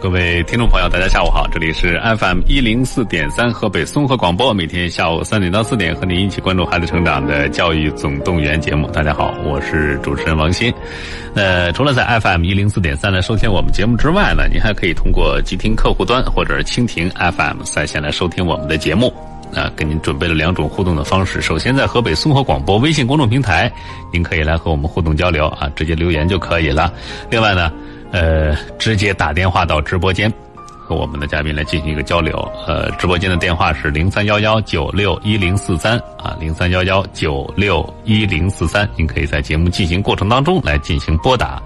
各位听众朋友，大家下午好，这里是 FM 一零四点三河北综合广播，每天下午三点到四点和您一起关注孩子成长的教育总动员节目。大家好，我是主持人王鑫。呃，除了在 FM 一零四点三来收听我们节目之外呢，您还可以通过极听客户端或者是蜻蜓 FM 在线来收听我们的节目。啊，给您准备了两种互动的方式。首先，在河北综合广播微信公众平台，您可以来和我们互动交流啊，直接留言就可以了。另外呢，呃，直接打电话到直播间，和我们的嘉宾来进行一个交流。呃，直播间的电话是零三幺幺九六一零四三啊，零三幺幺九六一零四三，您可以在节目进行过程当中来进行拨打。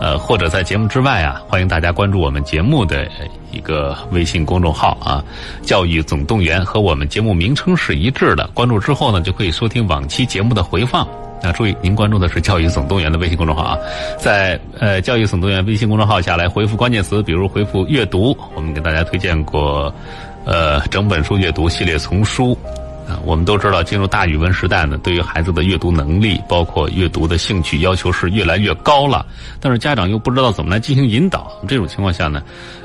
呃，或者在节目之外啊，欢迎大家关注我们节目的呃一个微信公众号啊，“教育总动员”和我们节目名称是一致的。关注之后呢，就可以收听往期节目的回放。啊，注意，您关注的是“教育总动员”的微信公众号啊，在呃“教育总动员”微信公众号下来回复关键词，比如回复“阅读”，我们给大家推荐过，呃，整本书阅读系列丛书。啊，我们都知道，进入大语文时代呢，对于孩子的阅读能力，包括阅读的兴趣要求是越来越高了。但是家长又不知道怎么来进行引导，这种情况下呢，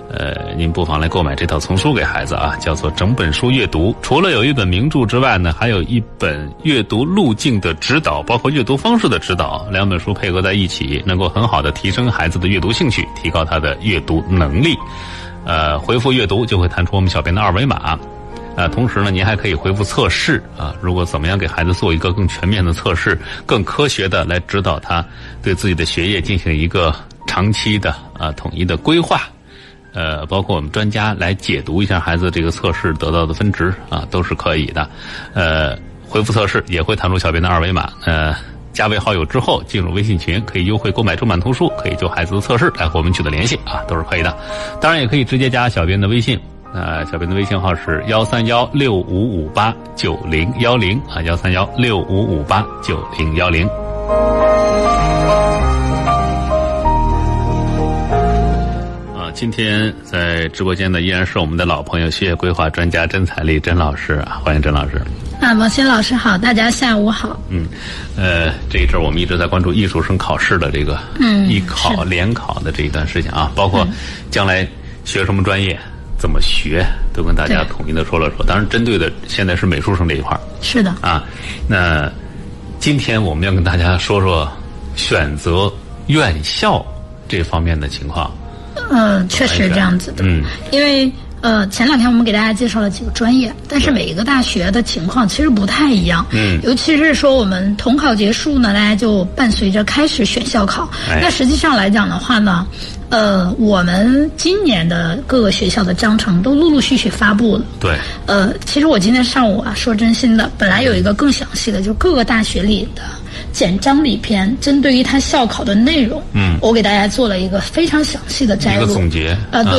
呃，您不妨来购买这套丛书给孩子啊，叫做《整本书阅读》。除了有一本名著之外呢，还有一本阅读路径的指导，包括阅读方式的指导。两本书配合在一起，能够很好的提升孩子的阅读兴趣，提高他的阅读能力。呃，回复阅读就会弹出我们小编的二维码。呃，同时呢，您还可以回复测试啊。如果怎么样给孩子做一个更全面的测试，更科学的来指导他对自己的学业进行一个长期的啊统一的规划。呃，包括我们专家来解读一下孩子这个测试得到的分值啊，都是可以的。呃，回复测试也会弹出小编的二维码。呃，加为好友之后进入微信群，可以优惠购买正版图书，可以就孩子的测试来和我们取得联系啊，都是可以的。当然也可以直接加小编的微信。呃，小编的微信号是幺三幺六五五八九零幺零啊，幺三幺六五五八九零幺零。啊，今天在直播间的依然是我们的老朋友，学业规划专家甄彩丽甄老师啊，欢迎甄老师。啊，王鑫老师好，大家下午好。嗯，呃，这一阵儿我们一直在关注艺术生考试的这个嗯艺考、联考的这一段事情啊，包括将来学什么专业、怎么学，都跟大家对统一的说了说。当然，针对的现在是美术生这一块儿是的，啊。那今天我们要跟大家说说选择院校这方面的情况。嗯，确实这样子的。嗯，因为呃，前两天我们给大家介绍了几个专业，但是每一个大学的情况其实不太一样。嗯尤其是说我们统考结束呢，大家就伴随着开始选校考。哎那实际上来讲的话呢，呃，我们今年的各个学校的章程都陆陆续续发布了。对，呃，其实我今天上午啊，说真心的，本来有一个更详细的，就是各个大学里的简章里篇，针对于它校考的内容，嗯我给大家做了一个非常详细的摘一录个总结。嗯啊，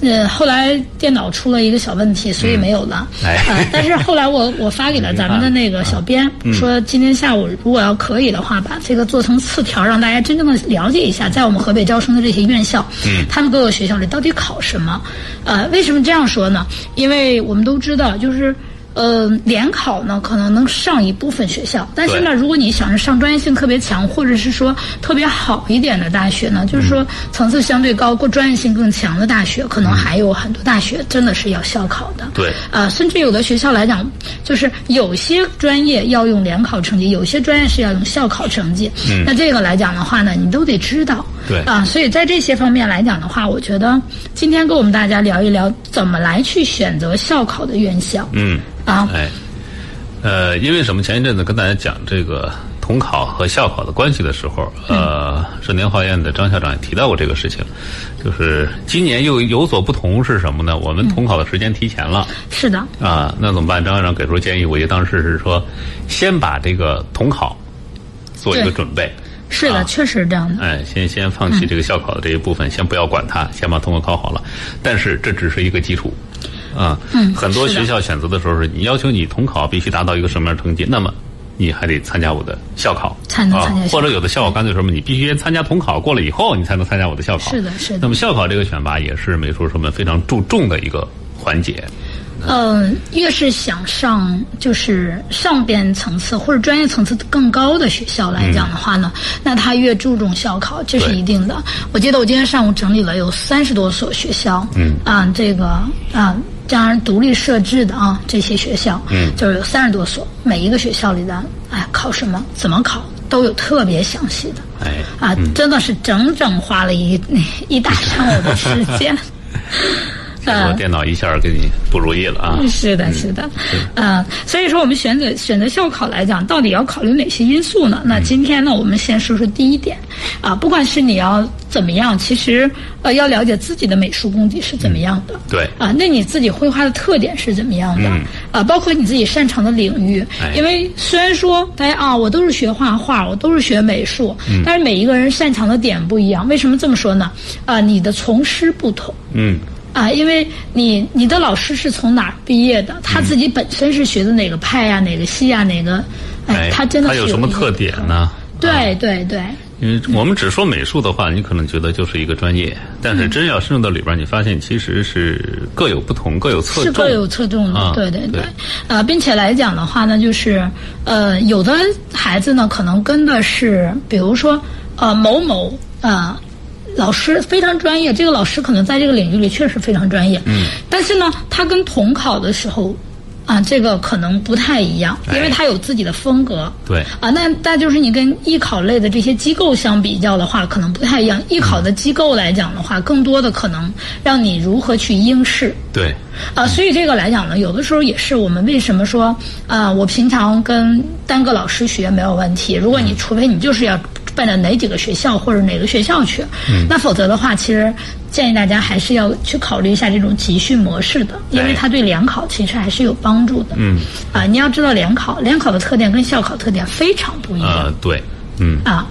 对，呃，后来电脑出了一个小问题，所以没有了。哎啊，但是后来我我发给了咱们的那个小编，说今天下午如果要可以的话，把这个做成次条，让大家真正的了解一下，在我们河北招生的这些院校，嗯，他们各个学校里到底考什么？呃，为什么这样说呢？因为我们都知道，就是。呃，联考呢可能能上一部分学校，但是呢，对如果你想着上专业性特别强，或者是说特别好一点的大学呢，就嗯是说层次相对高、过专业性更强的大学，可能还有很多大学真的是要校考的。对啊、甚至有的学校来讲，就是有些专业要用联考成绩，有些专业是要用校考成绩。嗯，那这个来讲的话呢，你都得知道。对啊、所以在这些方面来讲的话，我觉得今天跟我们大家聊一聊怎么来去选择校考的院校。嗯。啊， 哎，呃，因为什么？前一阵子跟大家讲这个统考和校考的关系的时候，呃，盛宁画院的张校长也提到过这个事情，就是今年又有所不同是什么呢？我们统考的时间提前了、是的，啊，那怎么办？张校长给出建议，我记得当时是说，先把这个统考做一个对准备。是的，啊确实是这样的。哎，先先放嗯弃这个校考的这一部分，先不要管它，先把统考考好了。但是这只是一个基础，啊，嗯很多是的学校选择的时候是你要求你统考必须达到一个什么样的成绩，那么你还得参加我的校考，才能参加啊校考或者有的校考干脆什么，你必须先参加统考过了以后，你才能参加我的校考。是的是的那么校考这个选拔也是美术生们非常注重的一个环节。嗯，越是想上就是上边层次或者专业层次更高的学校来讲的话呢，那他越注重校考，这是一定的。我记得我今天上午整理了有三十多所学校，嗯，啊，这个啊。当然，独立设置的啊，这些学校，嗯，就是有三十多所，每一个学校里的，哎，考什么，怎么考，都有特别详细的，哎，啊，真的是整整花了一 一大上午的时 间。我呃，电脑一下给你不如意了啊！是的，是的，呃，所以说我们选择选择校考来讲，到底要考虑哪些因素呢？那嗯今天呢，我们先说说第一点，啊，不管是你要怎么样，其实呃，要了解自己的美术功底是怎么样的，嗯对嗯啊，那你自己绘画的特点是怎么样的？啊，包括你自己擅长的领域，哎因为虽然说大家啊，我都是学画画，我都是学美术，嗯但是每一个人擅长的点不一样。为什么这么说呢？啊，你的从师不同。嗯，啊，因为你你的老师是从哪儿毕业的？嗯他自己本身是学的哪个派呀、哪个系呀、哪个？哎，哎，他真的它是有什么一些特点呢？对对对，因为嗯我们只说美术的话，你可能觉得就是一个专业，但嗯是真要深入到里边儿，你发现其实是各有不同，各有侧是重各。有侧重的，啊对对对对。呃，并且来讲的话呢，就是呃，有的孩子呢，可能跟的是，比如说呃某某呃老师非常专业，这个老师可能在这个领域里确实非常专业，嗯，但是呢，他跟统考的时候。啊，这个可能不太一样，因为哎他有自己的风格。对啊，那那就是你跟艺考类的这些机构相比较的话，可能不太一样。艺嗯考的机构来讲的话，更多的可能让你如何去应试。对，啊，所以这个来讲呢，有的时候也是我们为什么说啊、我平常跟单个老师学没有问题，如果你除非你就是要奔着哪几个学校或者哪个学校去，那否则的话，其实建议大家还是要去考虑一下这种集训模式的，因为它对联考其实还是有帮助的。嗯，啊，你要知道联考，联考的特点跟校考特点非常不一样、呃，对，嗯，啊。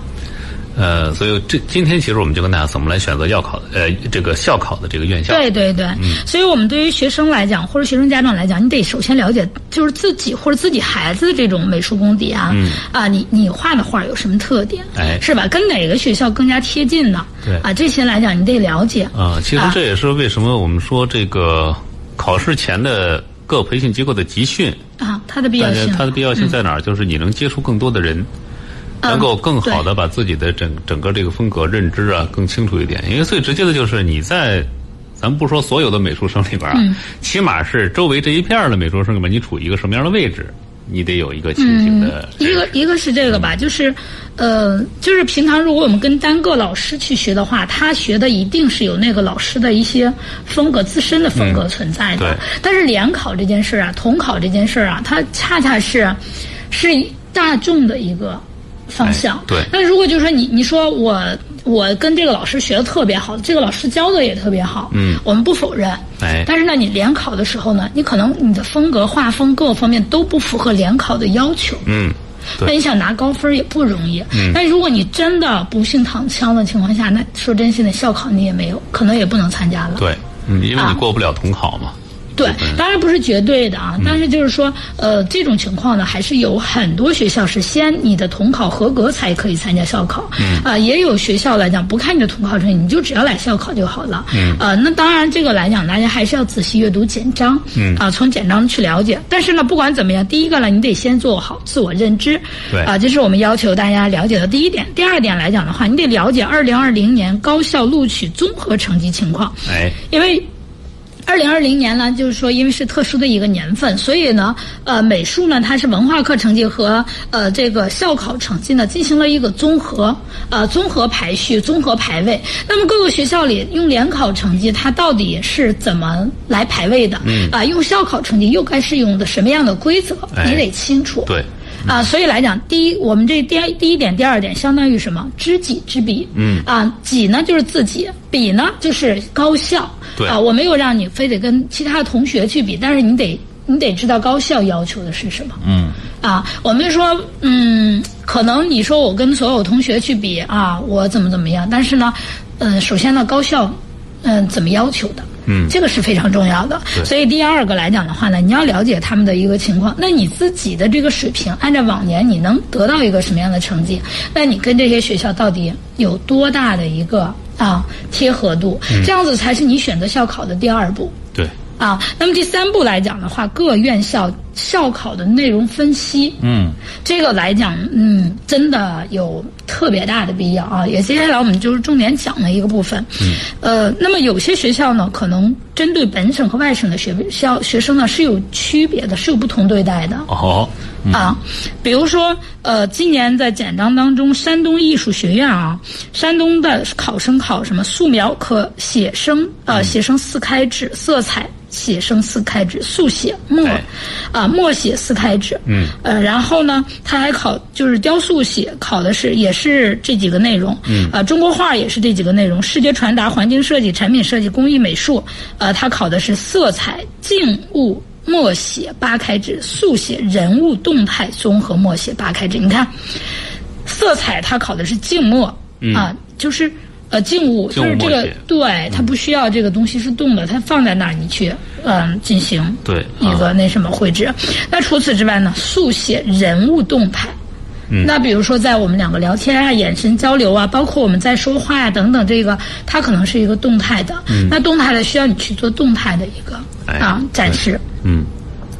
呃，所以这今天其实我们就跟大家怎么来选择要考的，呃，这个校考的这个嗯院校。对对对，所以我们对于学生来讲，或者学生家长来讲，你得首先了解就是自己或者自己孩子的这种美术功底啊，啊，你你画的画有什么特点，嗯哎是吧？跟哪个学校更加贴近呢？对啊，这些来讲你得了解。啊、其实这也是为什么我们说这个考试前的各培训机构的集训，啊，它的必要大家性，它的必要性在哪儿？就是你能接触更多的人，嗯能够更好的把自己的整整个这个风格认知啊更清楚一点。因为最直接的就是你在，咱不说所有的美术生里边啊，嗯起码是周围这一片儿的美术生里面，你处于一个什么样的位置，你得有一个清醒的认识。一个嗯一个是这嗯个吧，就是，呃，就是平常如果我们跟单个老师去学的话，他学的一定是有那个老师的一些风格自身的风格存在的。对但是联考这件事儿啊，统考这件事儿啊，它恰恰是是大众的一个方向。哎对那如果就是说你你说我我跟这个老师学的特别好，这个老师教的也特别好，嗯，我们不否认。哎但是呢，你联考的时候呢，你可能你的风格、画风各方面都不符合联考的要求。嗯，对那你想拿高分儿也不容易。但如果你真的不幸躺枪的情况下，那说真心的，校考你也没有，可能也不能参加了。对，嗯，因为你啊过不了统考嘛。对，当然不是绝对的啊，但是就是说，呃，这种情况呢，还是有很多学校是先你的统考合格才可以参加校考，啊、也有学校来讲不看你的统考成绩，你就只要来校考就好了，嗯，呃，那当然这个来讲，大家还是要仔细阅读简章，嗯，啊、从简章去了解。但是呢，不管怎么样，第一个呢，你得先做好自我认知，对啊、这是我们要求大家了解的第一点。第二点来讲的话，你得了解二零二零年高校录取综合成绩情况，哎，因为。二零二零年呢，就是说，因为是特殊的一个年份，所以呢，呃，美术呢，它是文化课成绩和呃这个校考成绩呢进行了一个综合，呃，综合排序、综合排位。那么各个学校里用联考成绩，它到底是怎么来排位的？嗯，啊、用校考成绩又该是用的什么样的规则？哎你得清楚。对，啊，所以来讲，第一，我们这第二第一点、第二点，相当于什么？知己知彼。嗯。啊，己呢就是自己，彼呢就是高校。对啊，我没有让你非得跟其他同学去比，但是你得你得知道高校要求的是什么。嗯。啊，我们说，嗯，可能你说我跟所有同学去比啊，我怎么怎么样，但是呢，嗯、首先呢，高校，嗯、怎么要求的？嗯这个是非常重要的。所以第二个来讲的话呢，你要了解他们的一个情况，那你自己的这个水平，按照往年你能得到一个什么样的成绩？那你跟这些学校到底有多大的一个啊贴合度？这样子才是你选择校考的第二步。对，啊。那么第三步来讲的话，各院校校考的内容分析，嗯，这个来讲，嗯，真的有特别大的必要啊。也接下来我们就是重点讲的一个部分，嗯，呃，那么有些学校呢，可能针对本省和外省的学校学生呢是有区别的，是有不同对待的。哦，啊，比如说，呃，今年在简章当中，山东艺术学院啊，山东的考生考什么素描课、写生，呃，写生四开制、色彩写生四开制、速写墨，啊哎、默写四开制，嗯，呃，然后呢，他还考就是雕塑写，考的是也是这几个内容，嗯，啊、中国画也是这几个内容，视觉传达、环境设计、产品设计、工艺美术，呃，他考的是色彩、静物。默写八开制，速写人物动态综合默写八开制。你看，色彩它考的是静默、啊，就是呃静物，嗯静就物是默这个写对它不需要这个东西是动的，它放在那儿你去嗯、进行对啊一个那什么绘制。那除此之外呢，速写人物动态。嗯那比如说，在我们两个聊天啊、眼神交流啊，包括我们在说话呀、等等，这个它可能是一个动态的。那动态的需要你去做动态的一个、嗯哎啊展示。嗯，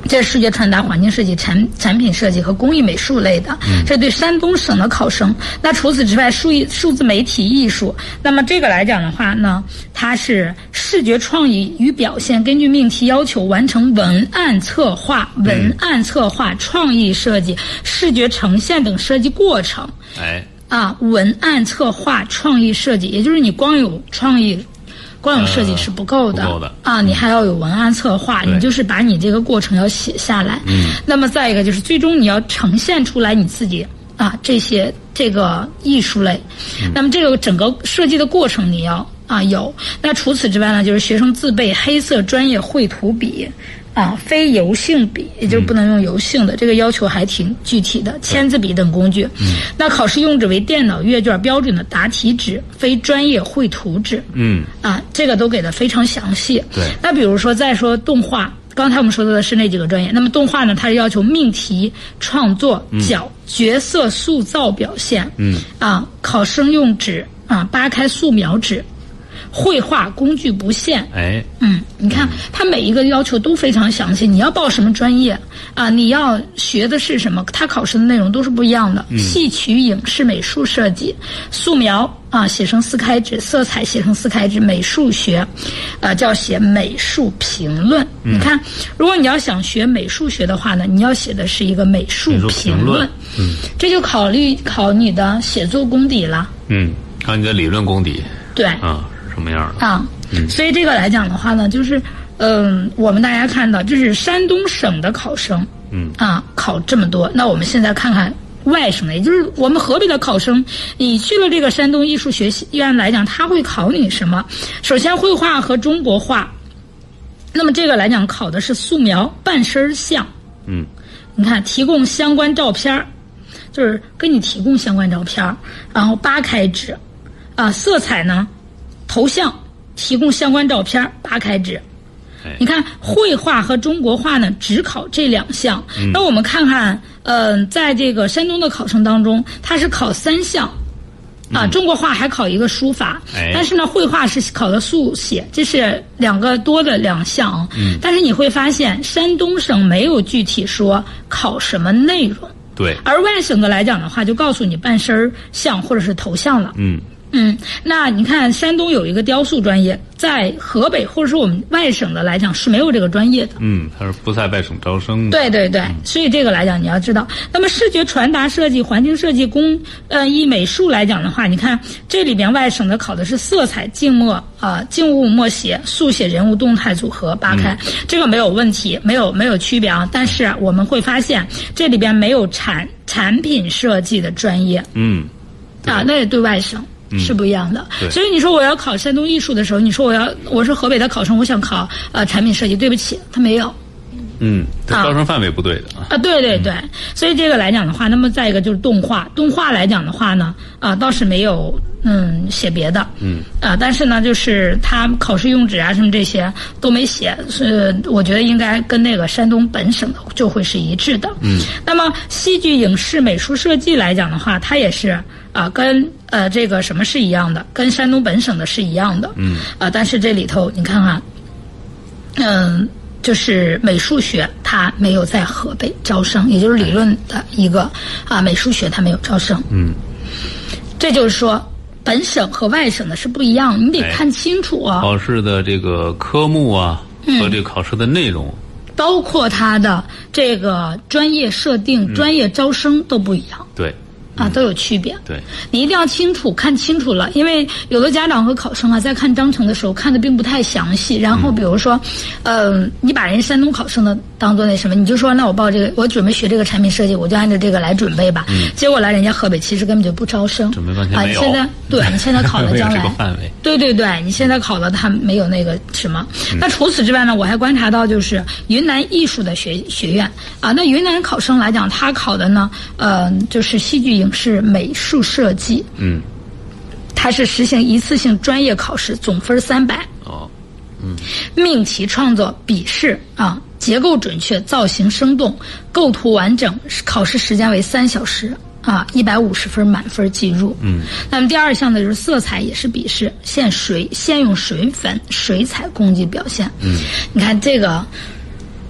这是视觉传达、环境设计、产产品设计和工艺美术类的，嗯这对山东省的考生。那除此之外，数艺数字媒体艺术，那么这个来讲的话呢，它是视觉创意与表现，根据命题要求完成文案策划、嗯文案策划、创意设计、视觉呈现等设计过程。哎，啊，文案策划、创意设计，也就是你光有创意。光有设计是不够的,、呃不够的啊，你还要有文案策划，对你就是把你这个过程要写下来。嗯，那么再一个就是，最终你要呈现出来你自己啊这些这个艺术类，嗯那么这个整个设计的过程你要啊有。那除此之外呢，就是学生自备黑色专业绘图笔。啊，非油性笔，也嗯就是不能用油性的，这个要求还挺具体的。签字笔等工具，嗯那考试用纸为电脑阅卷标准的答题纸，非专业绘图纸。嗯，啊，这个都给的非常详细。对那比如说再说动画，刚才我们说到的是那几个专业，那么动画呢，它是要求命题、创作、角、角色塑造表现。嗯，啊，考生用纸啊，扒开素描纸，绘画工具不限。哎，嗯，你看它每一个要求都非常详细，你要报什么专业啊？你要学的是什么？它考试的内容都是不一样嗯的。戏曲、影视、美术设计、素描啊，写成四开制，色彩写成四开制，美术学，啊，叫写美术评论。嗯你看，如果你要想学美术学的话呢，你要写的是一个美术美术评评论嗯，这就考虑考你的写作功底了。嗯，看你的理论功底对，啊是什么样的？啊，所以这个来讲的话呢，就是嗯、我们大家看到，就是山东省的考生，嗯啊，考这么多，那我们现在看看。外省的，也就是我们河北的考生，你去了这个山东艺术学院来讲，他会考你什么？首先，绘画和中国画，那么这个来讲考的是素描、半身像，嗯，你看，提供相关照片儿，就是跟你提供相关照片儿，然后八开指，啊，色彩呢，头像提供相关照片儿八开指。哎你看绘画和中国画呢，只考这两项。那我们看看，嗯、在这个山东的考生当中，它是考三项。啊，中国画还考一个书法，嗯哎但是呢，绘画是考的速写，这是两个多的两项啊。嗯但是你会发现，山东省没有具体说考什么内容，对，而外省的来讲的话，就告诉你半身儿像或者是头像了。嗯，嗯，那你看山东有一个雕塑专业，在河北或者说我们外省的来讲是没有这个专业的。嗯，他是不在外省招生的，对对对，所以这个来讲你要知道。那么视觉传达设计、环境设计、工呃艺美术来讲的话，你看这里边外省的考的是色彩、静默啊、呃静物默写、速写、人物动态组合扒开，这个没有问题，没有没有区别啊。但是啊我们会发现这里边没有产产品设计的专业，嗯，啊，那也对外省。是不一样的对，所以你说我要考山东艺术的时候，你说我要我是河北的考生，我想考呃产品设计，对不起，他没有，嗯，这啊招生范围不对的啊，啊，对对对，所以这个来讲的话，那么再一个就是动画，动画来讲的话呢，啊，倒是没有嗯写别的，嗯，啊，但是呢，就是他考试用纸啊什么这些都没写，是我觉得应该跟那个山东本省的就会是一致的，嗯，那么戏剧、影视、美术设计来讲的话，它也是。啊，跟呃这个什么是一样的，跟山东本省的是一样的，嗯，啊，但是这里头你看看，嗯，就是美术学它没有在河北招生，也就是理论的一个啊，美术学它没有招生。嗯，这就是说。本省和外省的是不一样，你得看清楚啊，考试的这个科目啊嗯和这个考试的内容，包括它的这个专业设定、专业招生都不一样对啊，都有区别。对，你一定要清楚看清楚了，因为有的家长和考生啊，在看章程的时候看的并不太详细。然后比如说，嗯、你把人山东考生的当做那什么，你就说那我报这个，我准备学这个产品设计，我就按照这个来准备吧。结果来人家河北其实根本就不招嗯生，准备半天啊，没你有现在对你现在考没了有将这 来个范围。对对对，你现在考了，它没有那个什么。那除此之外呢，我还观察到就是云南艺术的学学院啊，那云南考生来讲，他考的呢，呃，就是戏剧影视美术设计，嗯，它是实行一次性专业考试，总分三百，哦，命题创作、笔试啊，结构准确、造型生动、构图完整，考试时间为三小时啊，一百五十分满分计入。嗯，那么第二项呢，就是色彩也是笔试，现水现用水粉、水彩工具表现。嗯，你看这个，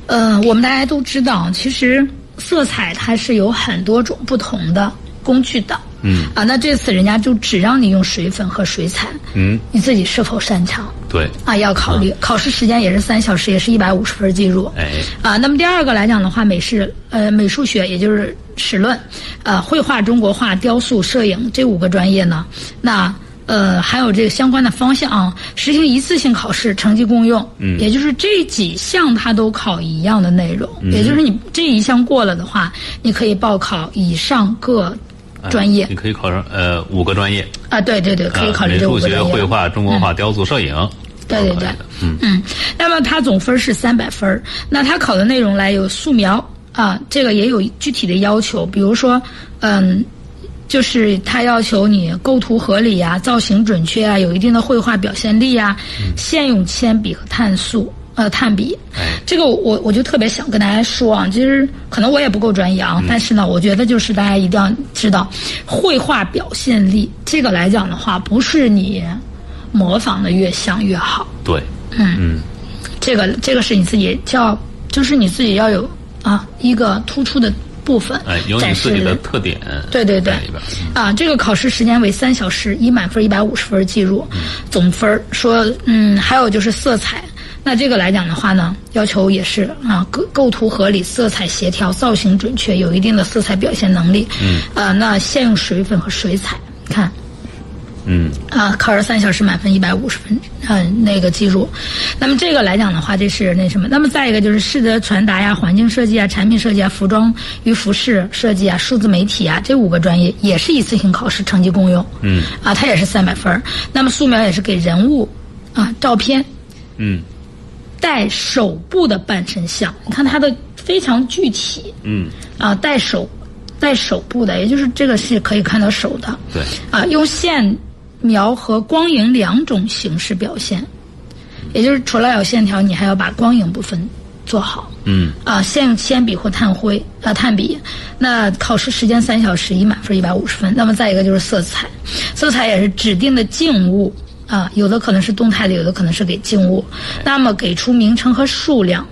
呃，我们大家都知道，其实色彩它是有很多种不同的工具的。嗯啊，那这次人家就只让你用水粉和水彩，嗯，你自己是否擅长？对，啊，要考虑。考试时间也是三小时，也是一百五十分计入。哎啊，那么第二个来讲的话，美式呃美术学也就是史论，呃绘画、中国画、雕塑、摄影这五个专业呢，那呃还有这个相关的方向啊，实行一次性考试，成绩共用。嗯，也就是这几项它都考一样的内容，嗯也就是你这一项过了的话，你可以报考以上各专业你可以考上呃五个专业，啊，对对对，可以啊考虑美这五术个专业。嗯学、绘画、中国画、雕塑、摄影，对对都可对以的，嗯，嗯，那么它总分是三百分儿那它考的内容来有素描啊，这个也有具体的要求，比如说，嗯。就是它要求你构图合理呀、造型准确啊，有一定的绘画表现力啊，现用铅笔和碳素呃炭笔，哎，这个我我就特别想跟大家说啊，其实可能我也不够专业啊，但是呢，我觉得就是大家一定要知道，绘画表现力这个来讲的话，不是你模仿的越像越好，对，这个这个是你自己叫，就是你自己要有啊一个突出的部分，哎，有你展示自己的特点，对对对在里边，啊，这个考试时间为三小时，以满分一百五十分计入，总分儿说，嗯，还有就是色彩。那这个来讲的话呢，要求也是啊，构构图合理，色彩协调，造型准确，有一定的色彩表现能力。嗯，呃，那现用水粉和水彩，看，嗯，啊，考了三小时满分一百五十分，嗯、那个记住。那么这个来讲的话，这是那什么？那么再一个就是视觉传达呀、环境设计啊、产品设计啊、服装与服饰设计啊、数字媒体啊这五个专业也是一次性考试，成绩公用。嗯，啊，它也是三百分儿。那么素描也是给人物啊照片嗯带手部的半身像，你看它的非常具体。嗯，啊，带手带手部的，也就是这个是可以看到手的。对，啊，用线描和光影两种形式表现，也就是除了有线条，你还要把光影部分做好。嗯，啊，先用铅笔或炭灰啊炭笔。那考试时间三小时，以满分一百五十分。那么再一个就是色彩，色彩也是指定的静物啊，有的可能是动态的，有的可能是给静物。那么给出名称和数量。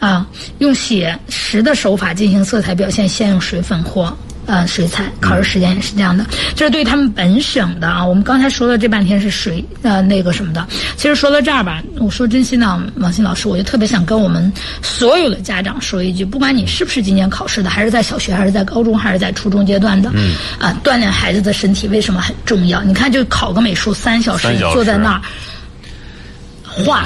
啊，用写实的手法进行色彩表现，先用水粉或呃水彩。考嗯试时间也是这样的，这是对他们本省的啊。我们刚才说的这半天是水呃那个什么的，其实说到这儿吧，我说真心的啊，王鑫老师，我就特别想跟我们所有的家长说一句，不管你是不是今年考试的，还是在小学，还是在高中，还是在初中阶段的，嗯，啊，锻炼孩子的身体为什么很重要？你看，就考个美术三小时，三你小时坐在那儿画，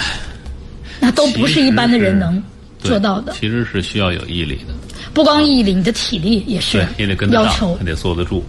那都不是一般的人能。对做到的。其实是需要有毅力的，不光毅力，你的体力也是对，也得跟得要上，求嗯还，得坐得住，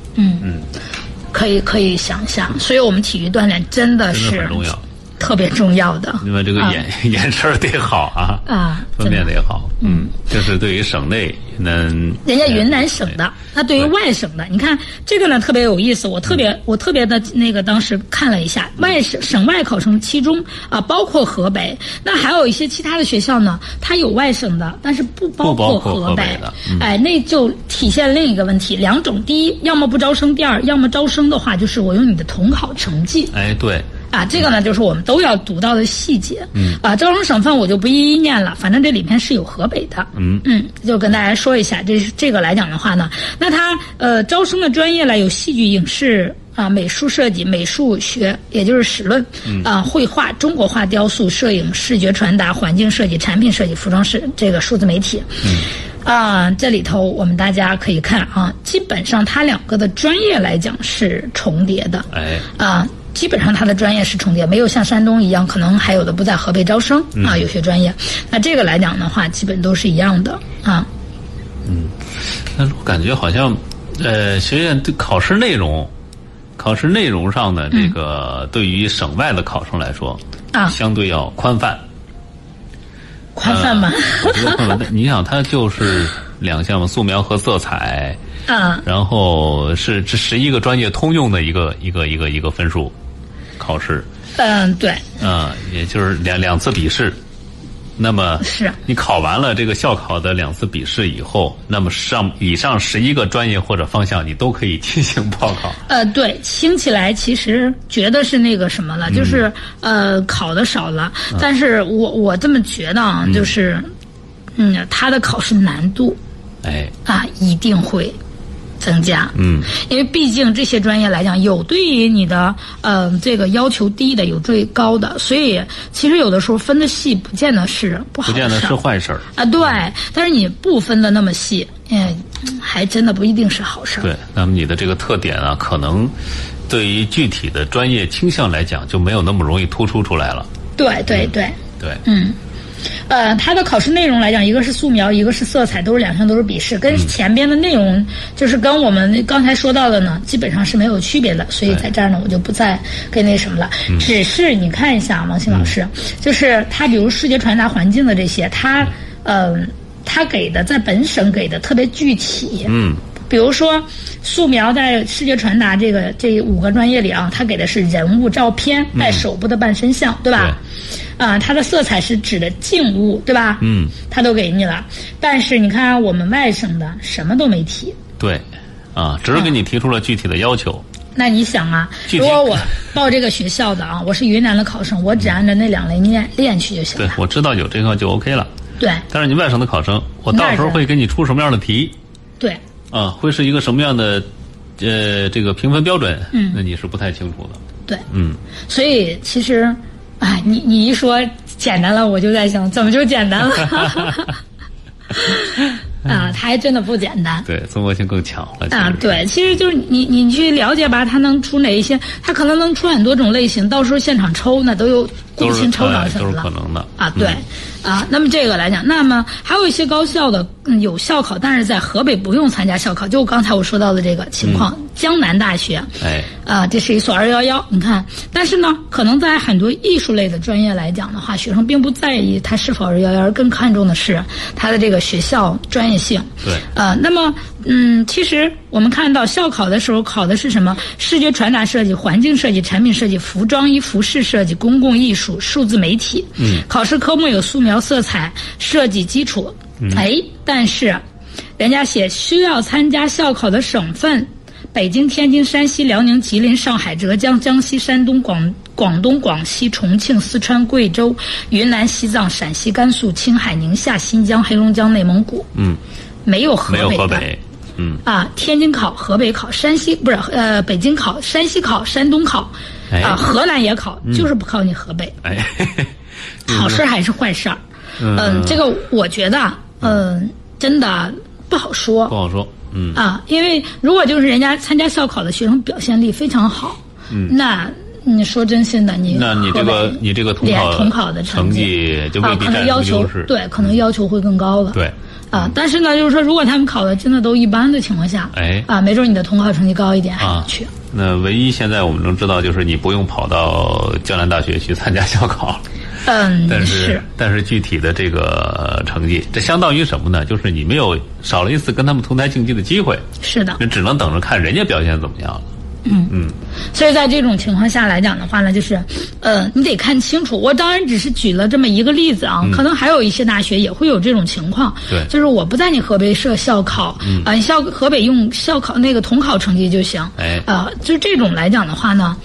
可以可以想想。所以我们体育锻炼真真的的是很重要。特别重要的。另外，这个眼、 眼神儿得好啊，啊分辨真的得好，嗯，这是对于省内云南，人哎家云南省的，那对于对外省的，你看这个呢特别有意思，我特别我特别的那个当时看了一下，嗯外省省外考生其中啊包括河北，那还有一些其他的学校呢，它有外省的，但是不包不包括括河河北的嗯哎，那就体现另一个问题，两种，第一，要么不招生，第二，要么招生的话就是我用你的统考成绩，哎，对，啊，这个呢就是我们都要读到的细节。嗯，啊，招生省份我就不一一念了，反正这里面是有河北的。嗯嗯，就跟大家说一下，这这个来讲的话呢，那它呃招生的专业呢有戏剧、影视。啊，美术设计、美术学，也就是史论，啊，绘画、中国画、雕塑、摄影、视觉传达、环境设计、产品设计、服装设这个数字媒体。啊，这里头我们大家可以看啊，基本上它两个的专业来讲是重叠的。哎，啊，基本上它的专业是重叠，没有像山东一样，可能还有的不在河北招生啊，有些专业。那这个来讲的话，基本都是一样的啊。但是我感觉好像，呃，学院对考试内容，考试内容上呢，这个对于省外的考生来说，啊相对要宽泛。宽泛吧，我觉得宽泛，你想，它就是两项嘛，素描和色彩， 啊，然后是这十一个专业通用的一个一个一个一个分数考试，嗯，对，啊、也就是两两次笔试。那么是你考完了这个校考的两次笔试以后，那么上以上十一个专业或者方向，你都可以进行报考。呃，对，听起来其实觉得是那个什么了，就是呃考的少了，但是我我这么觉得啊，就是，嗯，它的考试难度哎，啊一定会增加，嗯，因为毕竟这些专业来讲，有对于你的嗯、呃这个要求低的，有最高的，所以其实有的时候分的细不见得是不好不的事儿，见得是坏事儿。啊，对，但是你不分的那么细，嗯，还真的不一定是好事儿。对，那么你的这个特点啊，可能对于具体的专业倾向来讲，就没有那么容易突出出来了。对对对，对，呃，它的考试内容来讲，一个是素描，一个是色彩，都是两项都是笔试，跟前边的内容就是跟我们刚才说到的呢，基本上是没有区别的。所以在这儿呢，我就不再跟那什么了。只是你看一下啊王鑫老师，就是他比如视觉传达、环境的这些，他嗯、呃，他给的在本省给的特别具体，嗯，比如说，素描在视觉传达这个这五个专业里啊，它给的是人物照片带手部的半身像，对吧？啊，它的色彩是指的静物，对吧？嗯，它都给你了。但是你看啊我们外省的什么都没提。对，啊，只是给你提出了具体的要求。那你想啊，具体如果我报这个学校的啊，我是云南的考生，我只按照那两类练练去就行对了。，我知道有这个就 OK 了。对但是你外省的考生，我到时候会给你出什么样的题对，啊？会是一个什么样的呃这个评分标准？嗯，那你是不太清楚的。对，嗯，所以其实，哎，你你一说简单了，我就在想，怎么就简单了？ 啊，它还真的不简单。对，综合性更强了。其实啊，对，其实就是你你去了解吧，它能出哪一些？它可能能出很多种类型，到时候现场抽那都有都共是性抽哎奖什都么是了可。能的。啊，对，啊，那么这个来讲，那么还有一些高校的、嗯、有校考，但是在河北不用参加校考，就刚才我说到的这个情况，江南大学，嗯哎，啊，这是一所二幺幺，你看，但是呢，可能在很多艺术类的专业来讲的话，学生并不在意它是否二幺幺，而更看重的是它的这个学校专业性。对呃，那么，嗯，其实我们看到校考的时候考的是什么？视觉传达设计、环境设计、产品设计、服装衣服饰设计、公共艺术、数字媒体。嗯，考试科目有素描、色彩、设计基础。哎，但是人家写需要参加校考的省份。北京、天津、山西、辽宁、吉林、上海、浙江、江西、山东、广广东、广西、重庆、四川、贵州、云南、西藏、陕西、甘肃、青海、宁夏、新疆、黑龙江、内蒙古。嗯，没有河没北有的河北。嗯，啊，天津考、河北考、山西不是呃北京考、山西考、山东考，哎嗯啊河南也考，就是不考你河北，哎， 好事儿还是坏事儿？嗯这个我觉得啊，嗯，真的不好说不好说。嗯，啊，因为如果就是人家参加校考的学生表现力非常好，那你说真心的，你嗯那你这河个北你这个统连考统考的成绩绩就未啊，必可能占要什么求优势。对，可能要求会更高了。对，嗯啊，但是呢，就是说，如果他们考的真的都一般的情况下，哎啊，没准你的统考成绩高一点还能啊哎去。，那唯一现在我们能知道就是你不用跑到江南大学去参加校考了。嗯，但是是但是具体的这个呃成绩，这相当于什么呢？就是你没有少了一次跟他们同台竞技的机会，是的，那只能等着看人家表现怎么样了。所以在这种情况下来讲的话呢，就是，呃，你得看清楚。我当然只是举了这么一个例子啊，可能还有一些大学也会有这种情况。嗯对嗯就是我不在你河北设校考，啊、你校河北用校考那个统考成绩就行。哎呃，就这种来讲的话呢，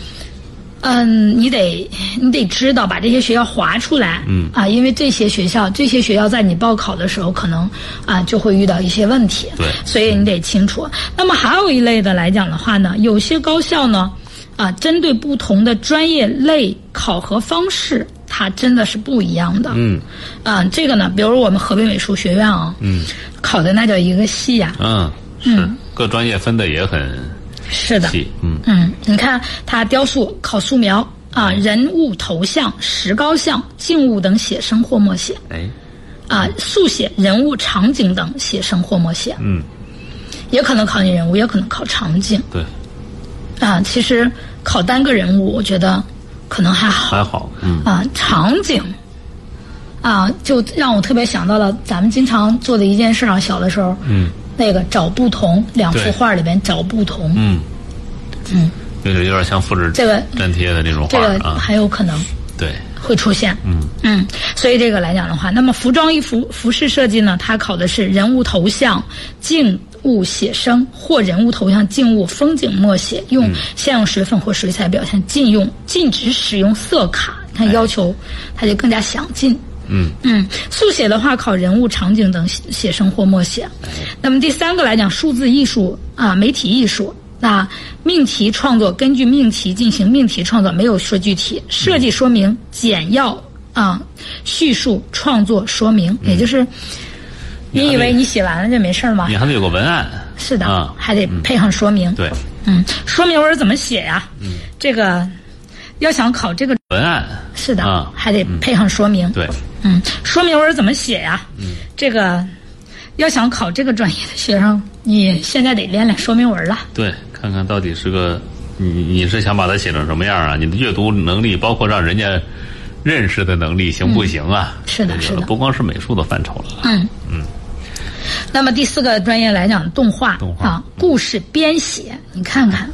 嗯，你得你得知道把这些学校划出来，嗯啊，因为这些学校这些学校在你报考的时候可能啊就会遇到一些问题，对所以你得清楚。那么还有一类的来讲的话呢，有些高校呢，啊，针对不同的专业类考核方式，它真的是不一样的，嗯啊，这个呢，比如我们河北美术学院啊，嗯，考的那叫一个啊细呀、嗯，是各专业分的也很是的，细，嗯嗯，你看他雕塑、考素描啊，人物头像、石膏像、静物等写生或默写哎，啊，速写人物场景等写生或默写。嗯，也可能考你人物，也可能考场景对，啊。其实考单个人物，我觉得可能还好还好，嗯啊。场景啊，就让我特别想到了咱们经常做的一件事啊，小的时候，嗯，那个找不同，两幅对画里边找不同，嗯嗯，就是有点像复制这个粘贴的那种这画个儿啊，还有可能。对，会出现。嗯所以这个来讲的话，那么服装衣服服饰设计呢，它考的是人物头像、静物写生或人物头像、静物风景默写，用现用水粉或水彩表现，禁用禁止使用色卡。它要求它就更加详尽。嗯嗯，速写的话考人物、场景等写写生或默写。那么第三个来讲，数字艺术啊、媒体艺术。那命题创作根据命题进行命题创作，没有说具体设计说明、简要啊、叙述、创作说明，也就是嗯你以为你写完了就没事儿吗你？还得有个文案，是的，啊还得配上说明。对，嗯嗯，说明文怎么写呀、这个要想考这个文案，是的，啊还得配上说明。对，嗯，说明文怎么写呀、嗯这个要想考这个专业的学生，你现在得练练说明文了。对，看看到底是个你你是想把它写成什么样啊？你的阅读能力，包括让人家认识的能力，行不行啊？嗯是的这个是的不光是美术的范畴了。那么第四个专业来讲，动画动画啊，故事编写，你看 看。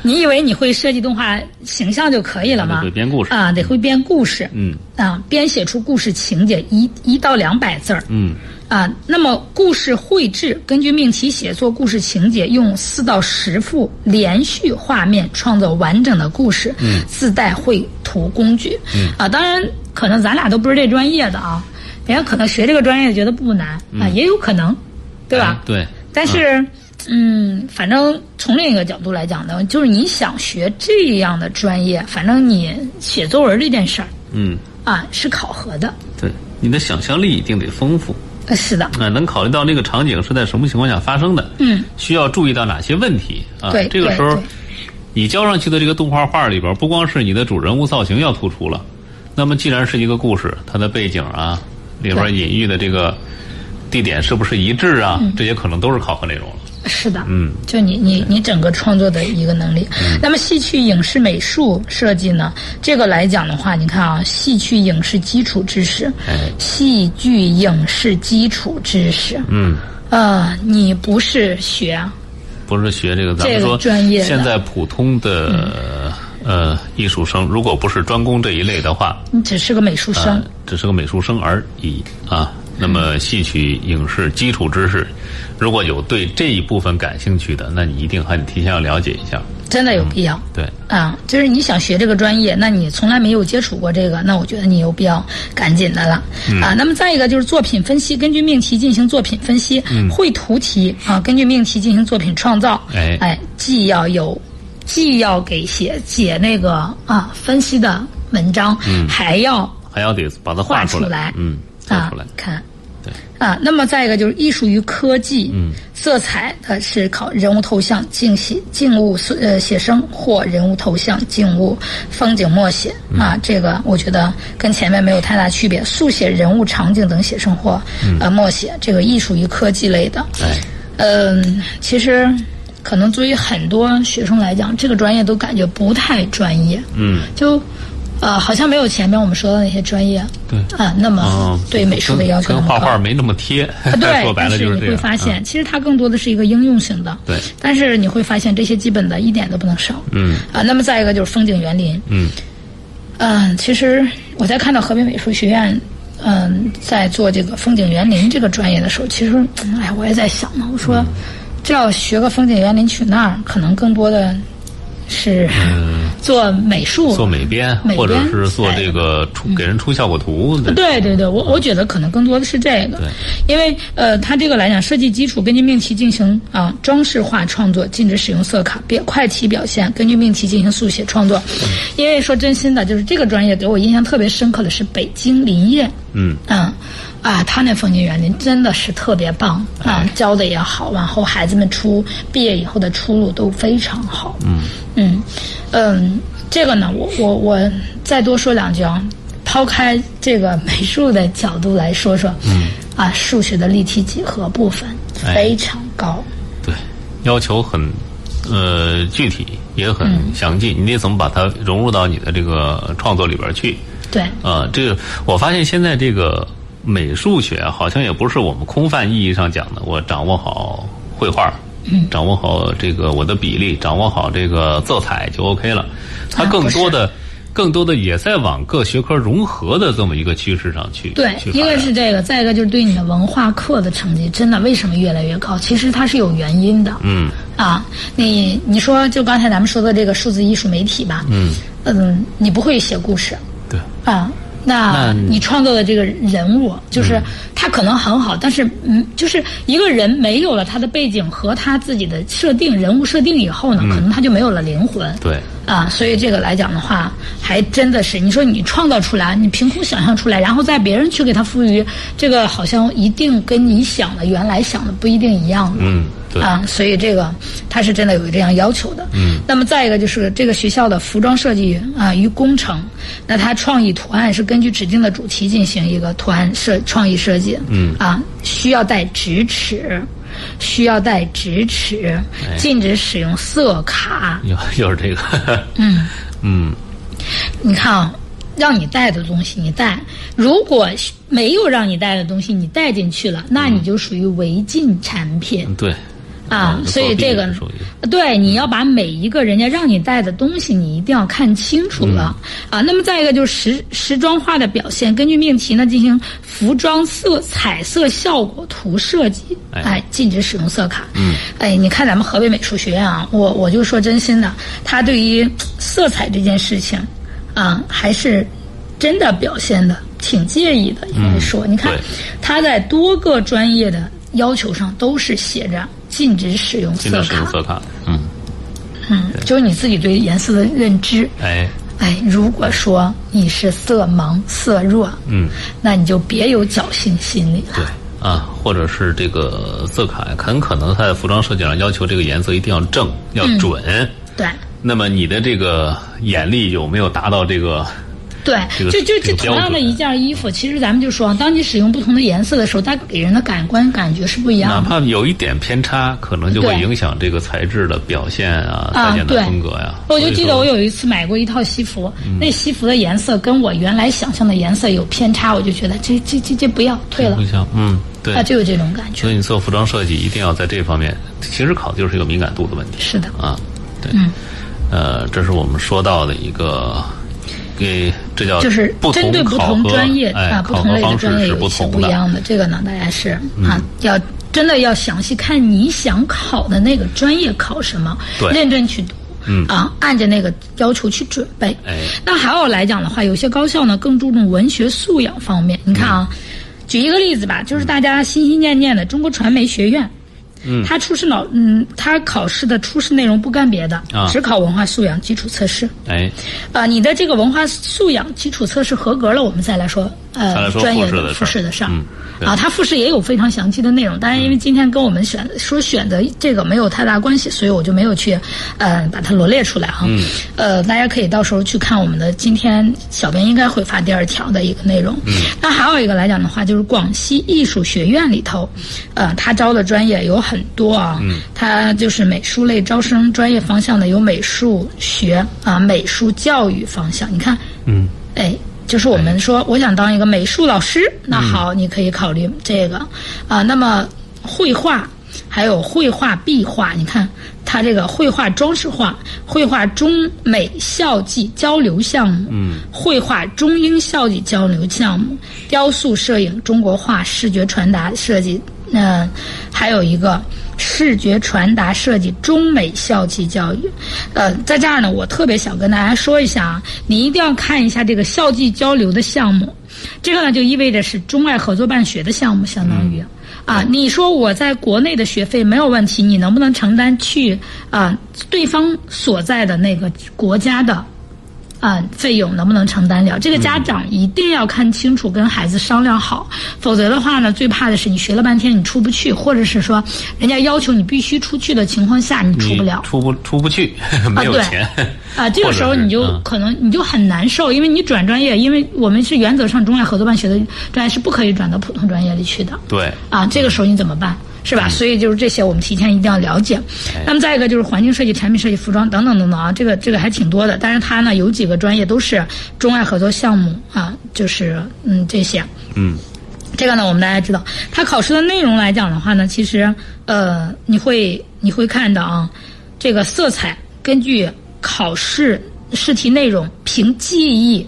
你以为你会设计动画形象就可以了吗？得会编故事啊，得会编故事。嗯啊，编写出故事情节一一到两百字儿。嗯，啊，那么故事绘制根据命题写作故事情节，用四到十幅连续画面创造完整的故事，嗯、自带绘图工具。嗯、啊，当然可能咱俩都不是这专业的啊，人家可能学这个专业觉得不难、啊，也有可能，对吧哎？对，但是，嗯，反正从另一个角度来讲呢，就是你想学这样的专业，反正你写作文这件事儿嗯，啊是考核的，对，你的想象力一定得丰富。呃是的，啊，能考虑到那个场景是在什么情况下发生的，嗯，需要注意到哪些问题啊？对这个对时候对，你交上去的这个动画画里边，不光是你的主人物造型要突出了，那么既然是一个故事，它的背景啊，里边对嗯隐喻的这个地点是不是一致啊？这些可能都是考核内容了。是的，嗯，就你你你整个创作的一个能力。那么戏曲影视美术设计呢？这个来讲的话，你看啊，戏曲影视基础知识哎，戏剧影视基础知识，嗯，呃，你不是学不是学这个，咱这们个说专业的嗯现在普通的呃艺术生，如果不是专攻这一类的话，你只是个美术生呃，只是个美术生而已啊。那么戏曲、影视基础知识，如果有对这一部分感兴趣的，那你一定还得提前要了解一下。真的有必要。对，啊，就是你想学这个专业，那你从来没有接触过这个，那我觉得你有必要赶紧的了、啊。那么再一个就是作品分析，根据命题进行作品分析，绘图题啊，根据命题进行作品创造，哎既要有，既要给写解那个啊分析的文章，还要还要得把它画画出来嗯，画啊出来。看。对啊，那么再一个就是艺术与科技，嗯，色彩它是考人物头像、静写、静物素呃写生或人物头像、静物风景默写嗯啊，这个我觉得跟前面没有太大区别。速写人物场景等写生或、呃默写，这个艺术与科技类的，嗯哎，嗯，其实可能对于很多学生来讲，这个专业都感觉不太专业，嗯，就呃好像没有前面我们说的那些专业，对啊，那么嗯，对美术的要求跟那跟么画高。画没那么贴。啊 对， 说白但了就是你这样。会发嗯现，其实它更多的是一个应用型的。对但是你会发现这些基本的一点都不能少。嗯啊，那么再一个就是风景园林。嗯嗯，其实我在看到河北美术学院，嗯，在做这个风景园林这个专业的时候，其实，嗯哎，我也在想呢，我嗯说，这要学个风景园林去那儿，可能更多的是做美术、嗯啊做美编，美或者编哎嗯是做这个出给人出效果图的。对对对，我我觉得可能更多的是这个，因为呃，它这个来讲，设计基础根据命题进行啊装饰化创作，禁止使用色卡，表快题表现，根据命题进行速写创作。因为说真心的，就是这个专业给我印象特别深刻的是北京林业，嗯嗯。啊，他那风景园林真的是特别棒啊哎，教的也好，然后孩子们出毕业以后的出路都非常好。嗯嗯嗯，这个呢，我我我再多说两句啊，抛开这个美术的角度来说说，嗯啊，数学的立体几何部分哎非常高。对，要求很呃具体，也很嗯详尽，你得怎么把它融入到你的这个创作里边去？对，呃，这个我发现现在这个美术学啊好像也不是我们空泛意义上讲的，我掌握好绘画，嗯掌握好这个我的比例，掌握好这个色彩就 OK 了。它啊更不是多的、更多的也在往各学科融合的这么一个趋势上去。对去，发一个展是这个，再一个就是对你的文化课的成绩，真的为什么越来越高？其实它是有原因的。嗯啊，你你说就刚才咱们说的这个数字艺术媒体吧，嗯嗯，你不会写故事对。啊。那那嗯你创作的这个人物，就是他可能很好，但是嗯，就是一个人没有了他的背景和他自己的设定、人物设定以后呢，可能他就没有了灵魂。嗯对啊，所以这个来讲的话，还真的是你说你创造出来，你凭空想象出来，然后再别人去给他赋予这个，好像一定跟你想的原来想的不一定一样。嗯，对，啊，所以这个它是真的有这样要求的。嗯，那么再一个就是这个学校的服装设计啊与工程，那它创意图案是根据指定的主题进行一个图案设创意设计。嗯，啊，需要带直尺，需要带直尺，禁止使用色卡。又又是这个。嗯嗯，你看啊，让你带的东西你带，如果没有让你带的东西你带进去了，那你就属于违禁产品。对。啊嗯，所作以弊这个是属于对，你要把每一个人家让你带的东西，你一定要看清楚了、嗯啊。那么再一个就是时时装化的表现，根据命题呢进行服装色彩色效果图设计，哎哎，禁止使用色卡。嗯，哎，你看咱们河北美术学院啊，我我就说真心的，他对于色彩这件事情啊，还是真的表现的挺介意的，应该说，你看嗯对他在多个专业的要求上都是写着禁止使用经常色使用卡，色卡。嗯，嗯，就是你自己对颜色的认知。哎，哎，如果说你是色盲、色弱，嗯，那你就别有侥幸心理对了。啊，或者是这个色卡，很可能它在服装设计上要求这个颜色一定要正，要准。对。那么你的这个眼力有没有达到这个？对这，个就就这就个同样标的准啊一件衣服，其实咱们就说，啊当你使用不同的颜色的时候，它给人的感官感觉是不一样哪的。怕有一点偏差，可能就会影响这个材质的表现啊，啊裁剪的对风格呀、我就记得所我以说嗯有一次买过一套西服，那西服的颜色跟我原来想象的颜色有偏差，我就觉得这这这这不要退了不，像嗯，对啊，，就有这种感觉。所以你做服装设计一定要在这方面，其实考的就是一个敏感度的问题。是的，啊，对，嗯呃，这是我们说到的一个，给这叫就是不针对不考同核专业哎、啊，不考同核类的方式专业是有一些同嗯不一样的。这个呢，大家是啊，要真的要详细看你想考的那个专业考什么对，嗯认真去读。啊，按着那个要求去准备。哎那还有来讲的话，有些高校呢更注重文学素养方面。你看啊，嗯举一个例子吧，就是大家心心念念的中国传媒学院，嗯，它初试脑，嗯，它考试的初试内容不干别的，啊只考文化素养基础测试。哎，啊，你的这个文化素养基础测试合格了，我们再来说再来呃说专业复试的事儿复试的事儿嗯。对啊，它复试也有非常详细的内容，但是因为今天跟我们选说选择这个没有太大关系，所以我就没有去呃把它罗列出来哈。呃，大家可以到时候去看我们的今天小编应该会发第二条的一个内容。那还有一个来讲的话，就是广西艺术学院里头，呃，它招的专业有很多啊，它就是美术类招生专业方向的有美术学啊、美术教育方向，你看，嗯，哎。就是我们说，我想当一个美术老师，那好，你可以考虑这个啊。那么绘画，还有绘画、壁画，你看它这个绘画装饰画、绘画中美校际交流项目，嗯，绘画中英校际交流项目、雕塑摄影、中国画、视觉传达设计、那、还有一个视觉传达设计中美校际教育，呃，在这儿呢，我特别想跟大家说一下啊，你一定要看一下这个校际交流的项目，这个呢就意味着是中外合作办学的项目，相当于。啊，你说我在国内的学费没有问题，你能不能承担去啊对方所在的那个国家的啊，费用能不能承担了？这个家长一定要看清楚，跟孩子商量好，否则的话呢，最怕的是你学了半天你出不去，或者是说人家要求你必须出去的情况下你出不了。出不出不去， 没有对钱啊，这个时候你或者嗯就是可能你就很难受，因为你转专业，因为我们是原则上中外合作办学的专业是不可以转到普通专业里去的。对，嗯啊，这个时候你怎么办？是吧？所以就是这些，我们提前一定要了解。哎那么再一个就是环境设计、产品设计、服装等等等等啊，这个这个还挺多的。但是它呢有几个专业都是中外合作项目啊，就是嗯这些。嗯，这个呢，我们大家知道，它考试的内容来讲的话呢，其实呃，你会你会看到啊，这个色彩根据考试试题内容凭记忆。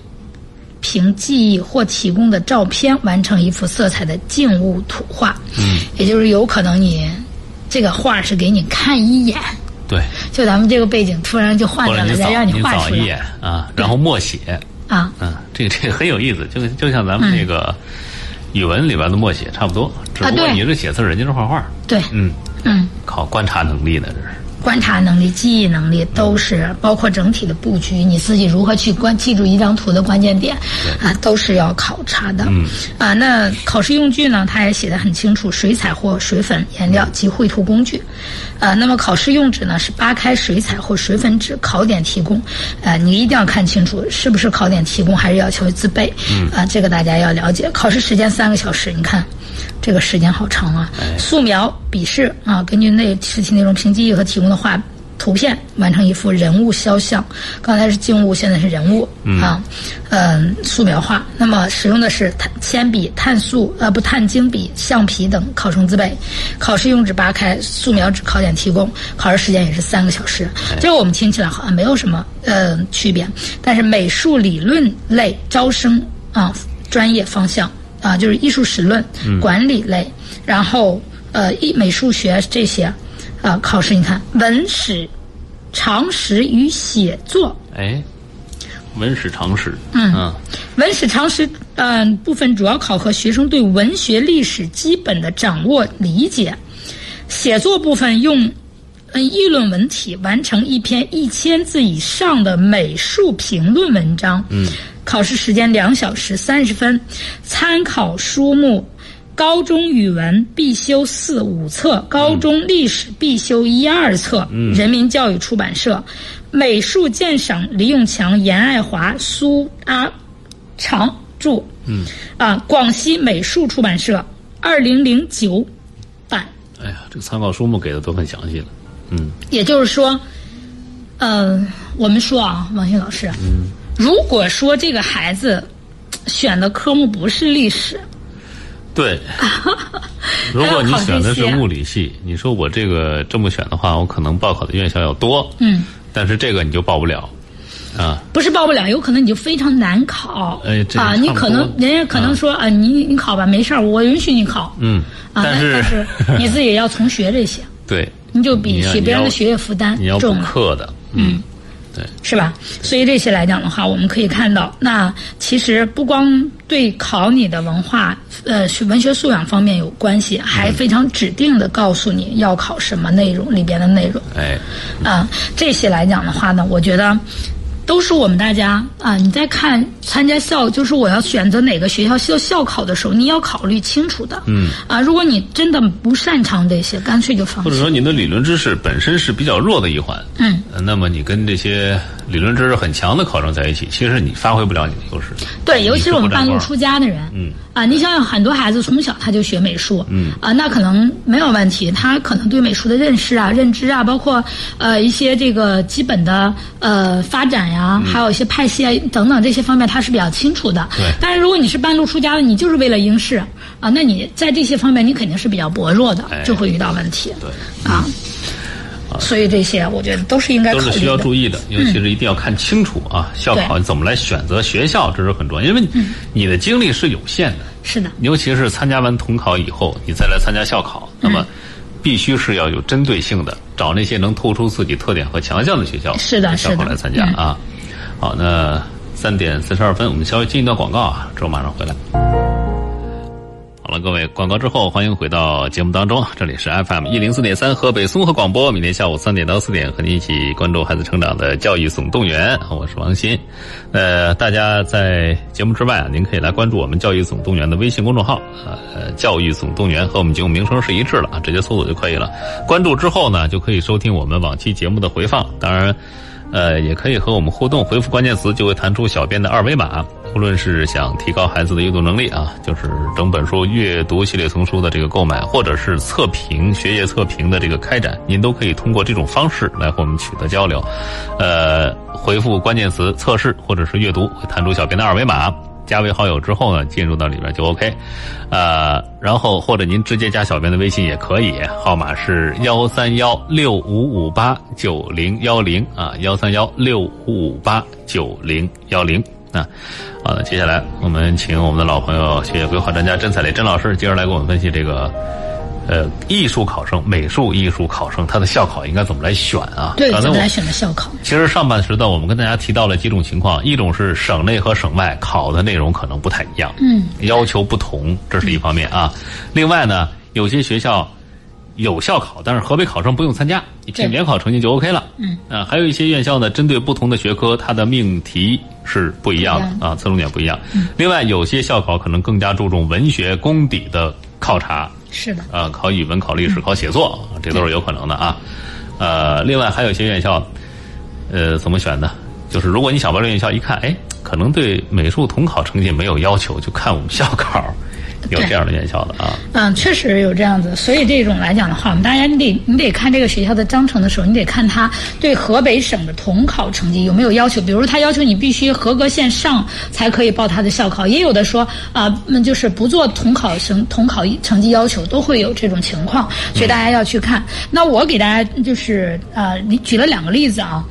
凭记忆或提供的照片完成一幅色彩的静物图画，嗯，也就是有可能你这个画是给你看一眼，对，就咱们这个背景突然就换或上者了，你再扫让你画扫出一来眼啊，然后默写，啊。嗯，这个这个很有意思，就就像咱们嗯那个语文里边的默写差不多，只不过啊对你是写字，人家是画画，对，嗯，嗯，靠观察能力呢，这是。观察能力、记忆能力都是包括整体的布局，你自己如何去关记住一张图的关键点啊，都是要考察的。啊，那考试用具呢，它也写得很清楚，水彩或水粉、颜料及绘图工具。啊，那么考试用纸呢是扒开水彩或水粉纸，考点提供。啊，你一定要看清楚是不是考点提供，还是要求自备。啊，这个大家要了解。考试时间三个小时，你看。这个时间好长啊！素描、笔试啊，根据内试题内容凭记忆和提供的画图片完成一幅人物肖像。刚才是静物，现在是人物、啊，嗯、素描画。那么使用的是碳铅笔、碳素呃不碳晶笔、橡皮等，考生自备。考试用纸扒开，素描纸考点提供，考试时间也是三个小时。这个我们听起来好像没有什么呃区别，但是美术理论类招生啊专业方向啊，就是艺术史论、管理类，然后呃艺美术学这些，啊、考试你看文史、常识与写作，哎，文史常识，嗯文史常识嗯、呃部分主要考核学生对文学历史基本的掌握理解，写作部分用。嗯，议论文体完成一篇一千字以上的美术评论文章，嗯，考试时间两小时三十分，参考书目高中语文必修四五册，高中历史必修一二册，人民教育出版社，美术鉴赏李永强、严爱华、苏阿常著，嗯，啊，广西美术出版社二零零九版，哎呀，这个参考书目给的都很详细了，嗯，也就是说，呃，我们说啊，王鑫老师，嗯如果说这个孩子选的科目不是历史， 对。如果你选的是还有考这些物理系，你说我这个这么选的话，我可能报考的院校要多，嗯，但是这个你就报不了，啊，不是报不了，有可能你就非常难考。哎这个啊，差不多你可能人家可能说啊，你你考吧，没事儿，我允许你考。嗯，啊，但但是但 是你自己也要从学这些，对，你就比你要起别人你要的学业负担你要补重啊了。课的，嗯，是吧？所以这些来讲的话，我们可以看到，那其实不光对考你的文化、呃学文学素养方面有关系，还非常指定的告诉你要考什么内容里边的内容哎，啊、这些来讲的话呢，我觉得。都是我们大家啊！你在看参加校，就是我要选择哪个学校校校考的时候，你要考虑清楚的。嗯啊，如果你真的不擅长这些，干脆就放或者弃。说你的理论知识本身是比较弱的一环，嗯呃，那么你跟这些理论知识很强的考生在一起，其实你发挥不了你的优势，对，你尤其是我们半路哎不沾光出家的人，嗯啊，你想想，很多孩子从小他就学美术，嗯啊，那可能没有问题，他可能对美术的认识啊、认知啊，包括呃一些这个基本的呃发展呀、还有一些派系啊等等这些方面，他是比较清楚的。嗯对但是如果你是半路出家的，你就是为了应试啊，那你在这些方面你肯定是比较薄弱的哎，就会遇到问题。对。嗯啊。所以这些我觉得都是应该都哎考是需虑要的。嗯注意的，尤其是一定要看清楚啊，校考对嗯你怎么来选择学校，这是很重要，因为你的精力是有限的。是的，尤其是参加完统考以后，你再来参加校考，那嗯么必须是要有针对性的，找那些能突出自己特点和强项的学校，是的校是考的嗯来参加啊。好，那三点四十二分，我们稍微进一段广告啊，之后马上回来。好了，各位，广告之后欢迎回到节目当中，这里是 FM 一零四点三河北综合广播，每天下午三点到四点和您一起关注孩子成长的教育总动员，我是王鑫。呃，大家在节目之外啊，您可以来关注我们教育总动员的微信公众号，呃，教育总动员和我们节目名称是一致的啊，直接搜索就可以了。关注之后呢，就可以收听我们往期节目的回放，当然。呃，也可以和我们互动，回复关键词就会弹出小编的二维码。无论是想提高孩子的阅读能力啊，就是整本书阅读系列丛书的这个购买，或者是测评学业测评的这个开展，您都可以通过这种方式来和我们取得交流。呃，回复关键词“测试”或者是“阅读”，会弹出小编的二维码。加为好友之后呢，进入到里边就 OK，呃，然后或者您直接加小编的微信也可以，号码是幺三幺六五五八九零幺零啊，幺三幺六五五八九零幺零啊。好的，接下来我们请我们的老朋友学业规划专家甄彩雷甄老师接着来给我们分析这个。呃，艺术考生、美术艺术考生，他的校考应该怎么来选啊？对，刚才怎我么来选择校考？其实上半时段我们跟大家提到了几种情况，一种是省内和省外考的内容可能不太一样，嗯，要求不同，这是一方面啊。另外呢，有些学校有校考，但是河北考生不用参加，你对凭联考成绩就 OK 了。嗯，啊，还有一些院校呢，针对不同的学科，它的命题是不一样不一的啊，侧重点不一样。嗯另外，有些校考可能更加注重文学功底的考察，是的，呃，考语文、考历史、考写作，这都是有可能的啊。呃，另外还有一些院校，呃，怎么选呢？就是如果你想报这院校，一看，哎，可能对美术统考成绩没有要求，就看我们校 考，有这样的院校的啊。嗯，确实有这样子，所以这种来讲的话，我们大家你得你得看这个学校的章程的时候，你得看他对河北省的统考成绩有没有要求，比如他要求你必须合格线上才可以报他的校考，也有的说啊，那、就是不做统考成统考成绩要求，都会有这种情况，所以大家要去看。那我给大家就是呃，你举了两个例子啊，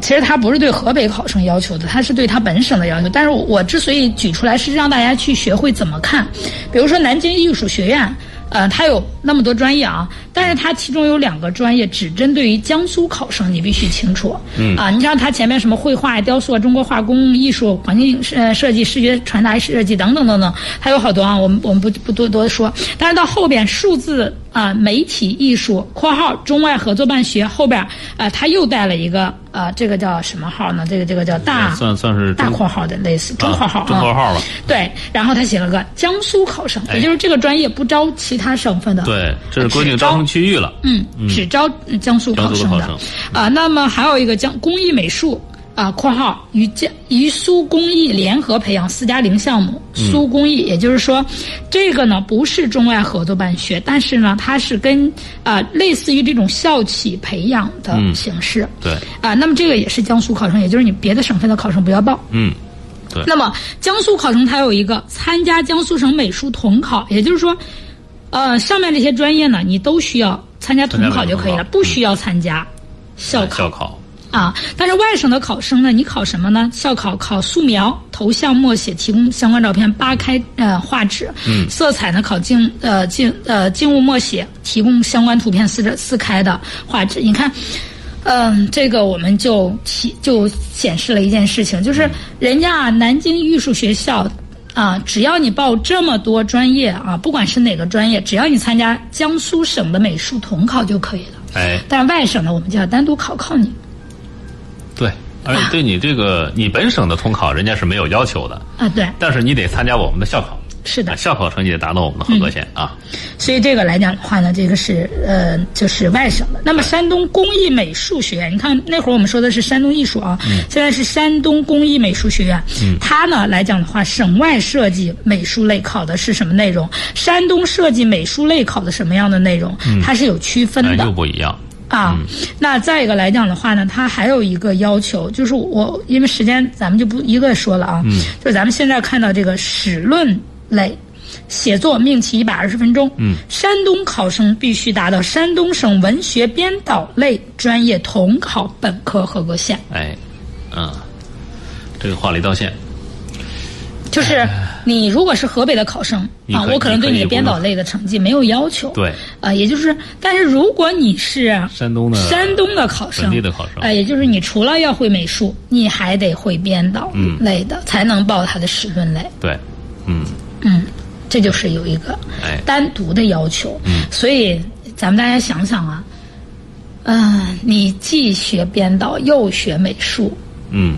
其实它不是对河北考生要求的，它是对它本省的要求。但是我我之所以举出来，是让大家去学会怎么看。比如说南京艺术学院，呃，它有那么多专业啊，但是它其中有两个专业只针对于江苏考生，你必须清楚。嗯啊，你像它前面什么绘画、雕塑、中国化工、艺术、环境呃设计、视觉传达设计等等等等，还有好多啊，我们我们不不多多说。但是到后边数字啊、媒体艺术（括号中外合作办学）后边啊、呃，它又带了一个呃，这个叫什么号呢？这个这个叫大算算是大中括号的类似 中括号啊，中括 号吧。对，然后他写了个江苏考生，哎也就是这个专业不招其他省份的。对，这是呃规定只招招生区域了。嗯，只招呃江苏考生江苏考的生啊。那么还有一个江工艺美术啊（括号与江与苏工艺联合培养四加零项目），嗯苏工艺，也就是说，这个呢不是中外合作办学，但是呢它是跟啊、类似于这种校企培养的嗯形式。对，啊，那么这个也是江苏考生，也就是你别的省份的考生不要报。嗯，对那么江苏考生他有一个参加江苏省美术统考，也就是说，呃，上面这些专业呢，你都需要参加统考就嗯可以参加美术统了，考不需要参加校考校考。啊。但是外省的考生呢，你考什么呢？校考考素描、头像、默写，提供相关照片、扒开呃画纸。嗯。色彩呢，考静呃静呃静物默写，提供相关图片撕着撕开的画纸。你看。嗯，这个我们就提就显示了一件事情，就是人家啊南京艺术学校啊，只要你报这么多专业啊，不管是哪个专业，只要你参加江苏省的美术统考就可以了。哎，但是外省呢，我们就要单独考考你。对，而且对你这个你本省的统考，人家是没有要求的，啊，对，但是你得参加我们的校考，是的啊，校考成绩得达到我们的合格线啊。所以这个来讲的话呢，这个是呃，就是外省的。那么山东工艺美术学院，你看那会儿我们说的是山东艺术啊，现在是山东工艺美术学院。它呢来讲的话，省外设计美术类考的是什么内容？山东设计美术类考的什么样的内容？它是有区分哎的。又不一样。啊，嗯那再一个来讲的话呢，它还有一个要求，就是我因为时间咱们就不一个说了嗯啊，就是咱们现在看到这个史论类写作命题一百二十分钟，嗯，山东考生必须达到山东省文学编导类专业统考本科合格线。哎，嗯，这个画了一道线。就是你如果是河北的考生你啊，可以我可能对你可以你的编导类的成绩没有要求。对，啊，也就是，但是如果你是山东的山东的考生，本地的考生啊，也就是你除了要会美术，你还得会编导嗯类的，才能报他的史论类。对，嗯，嗯，这就是有一个哎单独的要求。嗯所以咱们大家想想啊，嗯、你既学编导又学美术，嗯，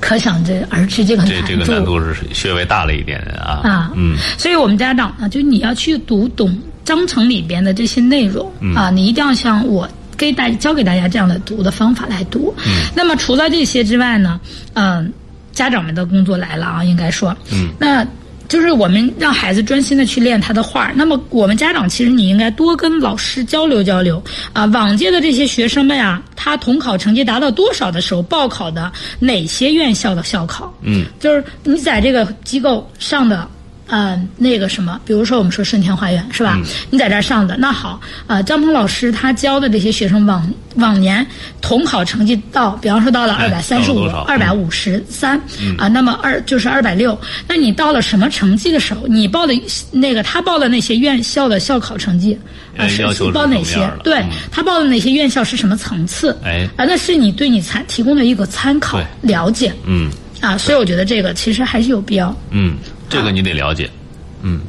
可想这而知这个这难这个度难度是稍微大了一点啊。哎啊。嗯，所以我们家长呢，就你要去读懂章程里边的这些内容、嗯啊，你一定要像我。给大教给大家这样的读的方法来读。嗯那么除了这些之外呢，嗯、家长们的工作来了啊，应该说，嗯，那就是我们让孩子专心的去练他的画儿。那么我们家长其实你应该多跟老师交流交流啊，往届的这些学生们呀、他统考成绩达到多少的时候报考的哪些院校的校考？嗯，就是你在这个机构上的。呃，那个什么，比如说我们说盛田花园嗯是吧？你在这儿上的那好，呃，张鹏老师他教的这些学生往往年统考成绩到，比方说到了哎二百三十到了五多、少嗯二百五十三啊，那么二就是二百六。那你到了什么成绩的时候，你报的那个他报的那些院校的校考成绩啊，哎是要求是报什么哪样些的？对嗯他报的哪些院校是什么层次？哎啊，那是你对你参提供的一个参考对了解嗯，啊，所以我觉得这个其实还是有必要。嗯，这个你得了解。啊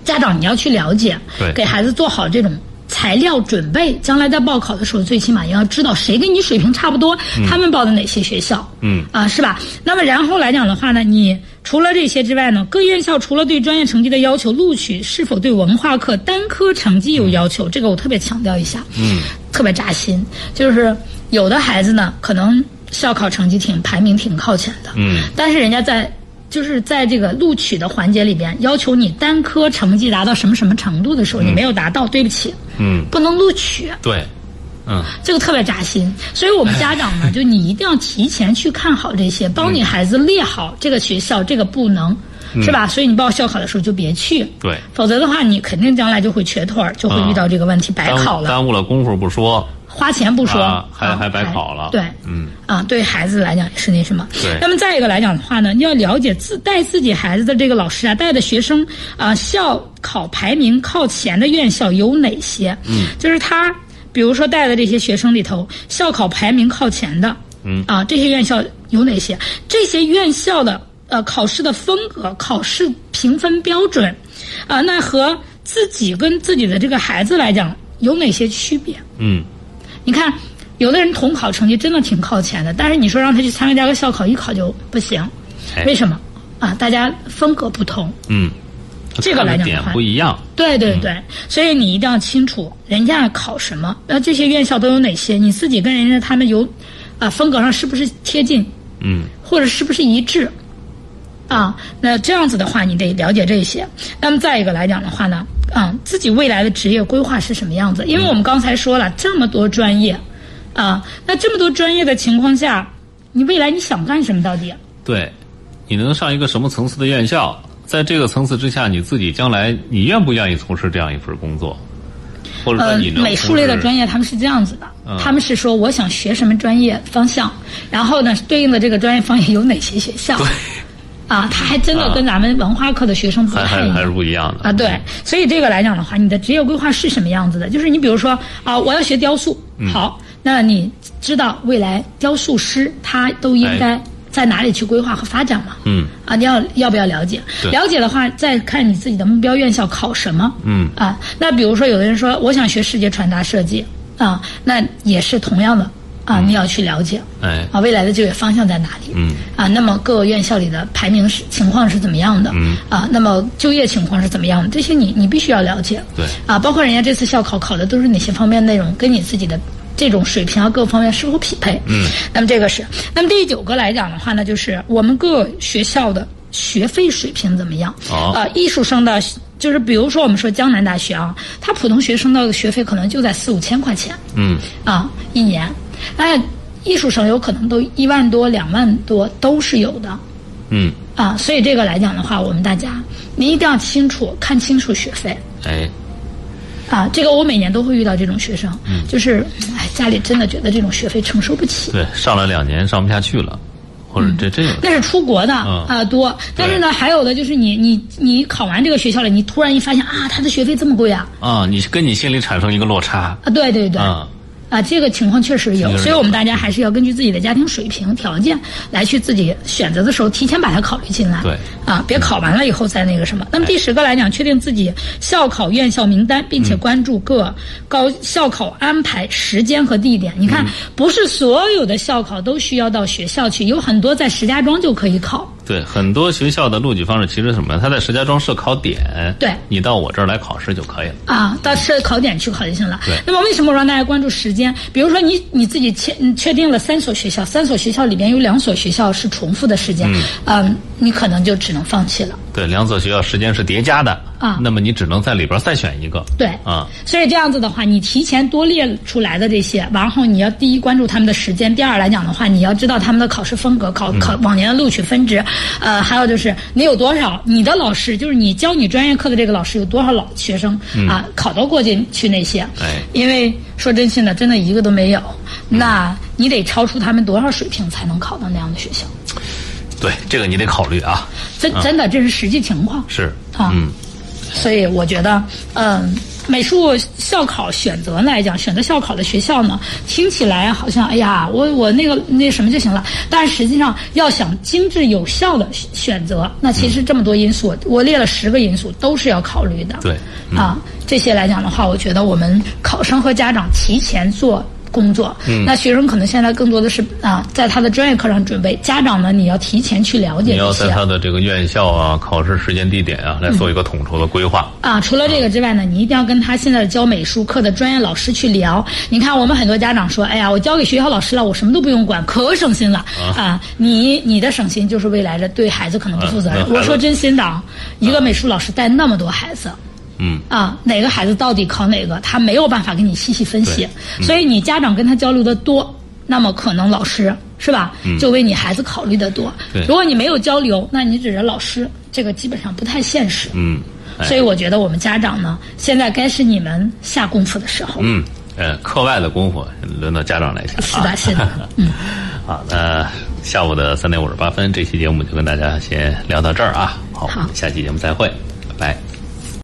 家长你要去了解对，给孩子做好这种材料准备，将来在报考的时候，最起码要知道谁跟你水平差不多，他们报的哪些学校，嗯啊、是吧？那么然后来讲的话呢，你除了这些之外呢，各院校除了对专业成绩的要求，录取是否对文化课单科成绩有要求，嗯这个我特别强调一下，嗯，特别扎心，就是有的孩子呢，可能校考成绩挺排名挺靠前的，嗯，但是人家在就是在这个录取的环节里边，要求你单科成绩达到什么什么程度的时候，你没有达到，对不起，嗯，不能录取，对，嗯，这个特别扎心。所以我们家长呢，就你一定要提前去看好这嗯些，帮你孩子列好这个学校这个不能，嗯是吧？所以你报校考的时候就别去，对否则的话你肯定将来就会瘸腿儿，就会遇到这个问题，白耽考误了，耽误了功夫不说，花钱不说，啊还啊还白考了对，嗯。啊，对孩子来讲也是那什么。对那么再一个来讲的话呢，你要了解自带自己孩子的这个老师啊，带的学生啊，校考排名靠前的院校有哪些？嗯，就是他，比如说带的这些学生里头，校考排名靠前的，嗯啊，这些院校有哪些？这些院校的呃考试的风格、考试评分标准，啊，那和自己跟自己的这个孩子来讲有哪些区别？嗯，你看，有的人统考成绩真的挺靠前的，但是你说让他去参加个校考，一考就不行哎，为什么？啊，大家风格不同，嗯，这个来讲的点话不一样。对对对，所以你一定要清楚人家考什么，那这些院校都有哪些，你自己跟人家他们有，啊，风格上是不是贴近，嗯，或者是不是一致，啊，那这样子的话，你得了解这些。那么再一个来讲的话呢，啊，自己未来的职业规划是什么样子？因为我们刚才说了这么多专业，啊，那这么多专业的情况下，你未来你想干什么到底？对，你能上一个什么层次的院校？在这个层次之下，你自己将来你愿不愿意从事这样一份工作？或者说呃你，能美术类的专业，业他们是这样子的，嗯他们是说我想学什么专业方向，然后呢，对应的这个专业方向有哪些学校？啊，他还真的跟咱们文化课的学生不还太一还样还是不一样的啊。对，所以这个来讲的话，你的职业规划是什么样子的？就是你比如说啊，我要学雕塑，嗯好，那你知道未来雕塑师他都应该在哪里去规划和发展吗？哎嗯，啊，你要要不要了解对？了解的话，再看你自己的目标院校考什么。嗯啊，那比如说有的人说我想学视觉传达设计啊，那也是同样的啊，你要去了解。嗯哎，啊，未来的就业方向在哪里？嗯，啊，那么各个院校里的排名是情况是怎么样的？嗯，啊，那么就业情况是怎么样的？这些你你必须要了解。对啊，包括人家这次校考考的都是哪些方面内容，跟你自己的这种水平啊各方面是否匹配？嗯，那么这个是，那么第九个来讲的话呢，就是我们各学校的学费水平怎么样？哦啊，艺术生的。就是比如说，我们说江南大学啊，它普通学生的学费可能就在四五千块钱，嗯，啊，一年。哎，艺术生有可能都一万多、两万多都是有的嗯，啊，所以这个来讲的话，我们大家你一定要清楚看清楚学费哎，啊。这个我每年都会遇到这种学生，嗯就是哎家里真的觉得这种学费承受不起。对，上了两年上不下去了，或者嗯这这那是出国的嗯啊、多，但是呢，还有的就是你你你考完这个学校了，你突然一发现啊，他的学费这么贵啊啊，你跟你心里产生一个落差啊，对对对。啊，啊，这个情况确实确有，实所以有嗯我们大家还是要根据自己的家庭水平条件来去自己选择的时候，提前把它考虑进来。对，嗯哎啊，别考完了以后再那个什么。那么第十个来讲，确定自己校考院校名单，嗯并且关注各高校考安排时间和地点。你看，嗯不是所有的校考都需要到学校去，有很多在石家庄就可以考。对，很多学校的录取方式其实什么呀？它在石家庄设考点，对你到我这儿来考试就可以了。啊，到是考点去考就行了对。那么为什么我让大家关注时间？比如说你你自己确你确定了三所学校，三所学校里边有两所学校是重复的时间，嗯、你可能就只能放弃了。对，两所学校时间是叠加的啊那么你只能在里边再选一个。对啊，所以这样子的话，你提前多列出来的这些，然后你要第一关注他们的时间，第二来讲的话，你要知道他们的考试风格、考嗯考往年的录取分值，呃，还有就是你有多少你的老师，就是你教你专业课的这个老师有多少老学生、啊考到过进去那些，嗯哎嗯因为说真心的，真的一个都没有，那你得超出他们多少水平才能考到那样的学校？对，这个你得考虑啊。真真的这是实际情况。是，啊嗯，所以我觉得，嗯，美术校考选择来讲，选择校考的学校呢，听起来好像哎呀，我我那个那什么就行了。但是实际上，要想精致有效的选择，那其实这么多因素， 我列了十个因素，都是要考虑的。对嗯啊，这些来讲的话，我觉得我们考生和家长提前做。工作，嗯那学生可能现在更多的是啊，在他的专业课上准备。家长呢，你要提前去了解你要这些。在他的这个院校啊、考试时间、地点啊嗯来做一个统筹的规划。啊，除了这个之外呢，你一定要跟他现在的教美术课的专业老师去聊。你看，我们很多家长说：“哎呀，我交给学校老师了，我什么都不用管，可省心了。”啊，你你的省心就是未来的对孩子可能不负责任啊。那我孩子说真心的，啊，一个美术老师带那么多孩子，嗯，啊，哪个孩子到底考哪个，他没有办法给你细细分析。嗯所以你家长跟他交流的多，那么可能老师是吧，就为你孩子考虑的多嗯对。如果你没有交流，那你指着老师，这个基本上不太现实。嗯，哎所以我觉得我们家长呢，现在该是你们下功夫的时候。嗯，呃，课外的功夫轮到家长来下是啊的，。是的，嗯，好，那下午的三点五十八分，这期节目就跟大家先聊到这儿啊。好，好我们下期节目再会，拜拜。